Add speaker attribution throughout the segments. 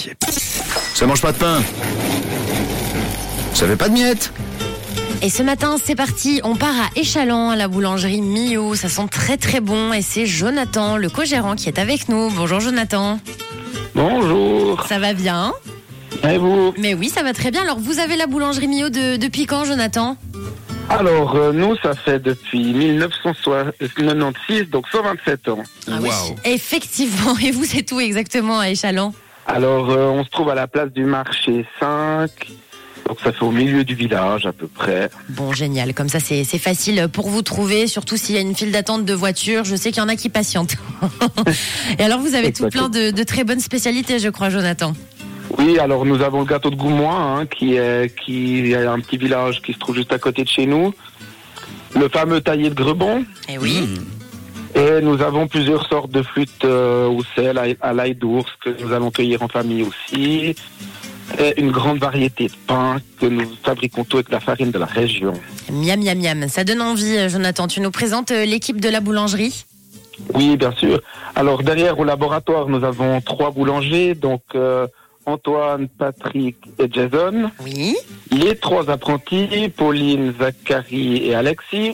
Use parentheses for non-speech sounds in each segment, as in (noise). Speaker 1: pied. Ça mange pas de pain. Ça fait pas de miettes.
Speaker 2: Et ce matin, c'est parti, on part à Échalon, à la boulangerie Mio. Ça sent très très bon et c'est Jonathan, le co-gérant, qui est avec nous. Bonjour Jonathan.
Speaker 3: Bonjour.
Speaker 2: Ça va bien
Speaker 3: Et vous
Speaker 2: Mais oui, ça va très bien. Alors, vous avez la boulangerie Mio de, depuis quand, Jonathan
Speaker 3: Alors, euh, nous, ça fait depuis 1996, euh, donc 127 ans.
Speaker 1: Waouh.
Speaker 2: Effectivement. Et vous, c'est tout exactement à Échalon
Speaker 3: Alors, euh, on se trouve à la place du marché 5. Donc, ça fait au milieu du village, à peu près.
Speaker 2: Bon, génial. Comme ça, c'est c'est facile pour vous trouver, surtout s'il y a une file d'attente de voitures. Je sais qu'il y en a qui patientent. (laughs) et alors, vous avez tout plein de, de très bonnes spécialités, je crois, Jonathan.
Speaker 3: Oui, alors, nous avons le gâteau de Goumois, hein, qui est qui est un petit village qui se trouve juste à côté de chez nous. Le fameux taillé de Grebon.
Speaker 2: Eh oui.
Speaker 3: Et nous avons plusieurs sortes de flûtes euh, au sel, à, à l'ail d'ours, que nous allons cueillir en famille aussi. Et une grande variété de pains que nous fabriquons tout avec la farine de la région.
Speaker 2: Miam, miam, miam. Ça donne envie, euh, Jonathan. Tu nous présentes euh, l'équipe de la boulangerie
Speaker 3: Oui, bien sûr. Alors derrière au laboratoire, nous avons trois boulangers, donc euh, Antoine, Patrick et Jason.
Speaker 2: Oui.
Speaker 3: Les trois apprentis, Pauline, Zachary et Alexis.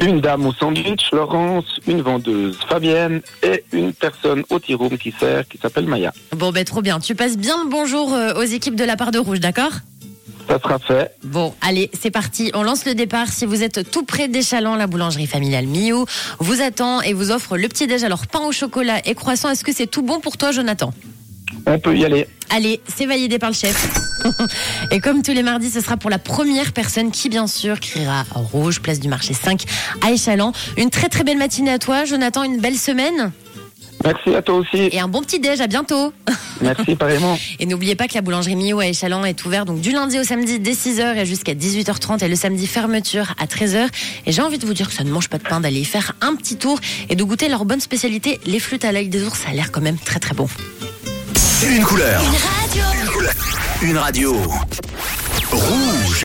Speaker 3: Une dame au sandwich, Laurence, une vendeuse, Fabienne, et une personne au tiroum qui sert, qui s'appelle Maya.
Speaker 2: Bon, ben trop bien. Tu passes bien le bonjour euh, aux équipes de la part de Rouge, d'accord
Speaker 3: Ça sera fait.
Speaker 2: Bon, allez, c'est parti. On lance le départ. Si vous êtes tout près d'Échalon, la boulangerie familiale Mio vous attend et vous offre le petit déj. Alors, pain au chocolat et croissant. Est-ce que c'est tout bon pour toi, Jonathan
Speaker 3: On peut y aller.
Speaker 2: Allez, c'est validé par le chef. (laughs) Et comme tous les mardis, ce sera pour la première personne qui, bien sûr, criera Rouge, place du marché 5 à Échalon. Une très très belle matinée à toi, Jonathan, une belle semaine
Speaker 3: Merci à toi aussi.
Speaker 2: et un bon petit déj. À bientôt.
Speaker 3: Merci pareillement.
Speaker 2: Et n'oubliez pas que la boulangerie Mio à Échalon est ouverte donc du lundi au samedi dès 6h et jusqu'à 18h30 et le samedi fermeture à 13h. Et j'ai envie de vous dire que ça ne mange pas de pain d'aller y faire un petit tour et de goûter leur bonne spécialité, les flûtes à l'ail des ours. Ça a l'air quand même très très bon.
Speaker 1: Une couleur. Une radio. Une radio. Rouge.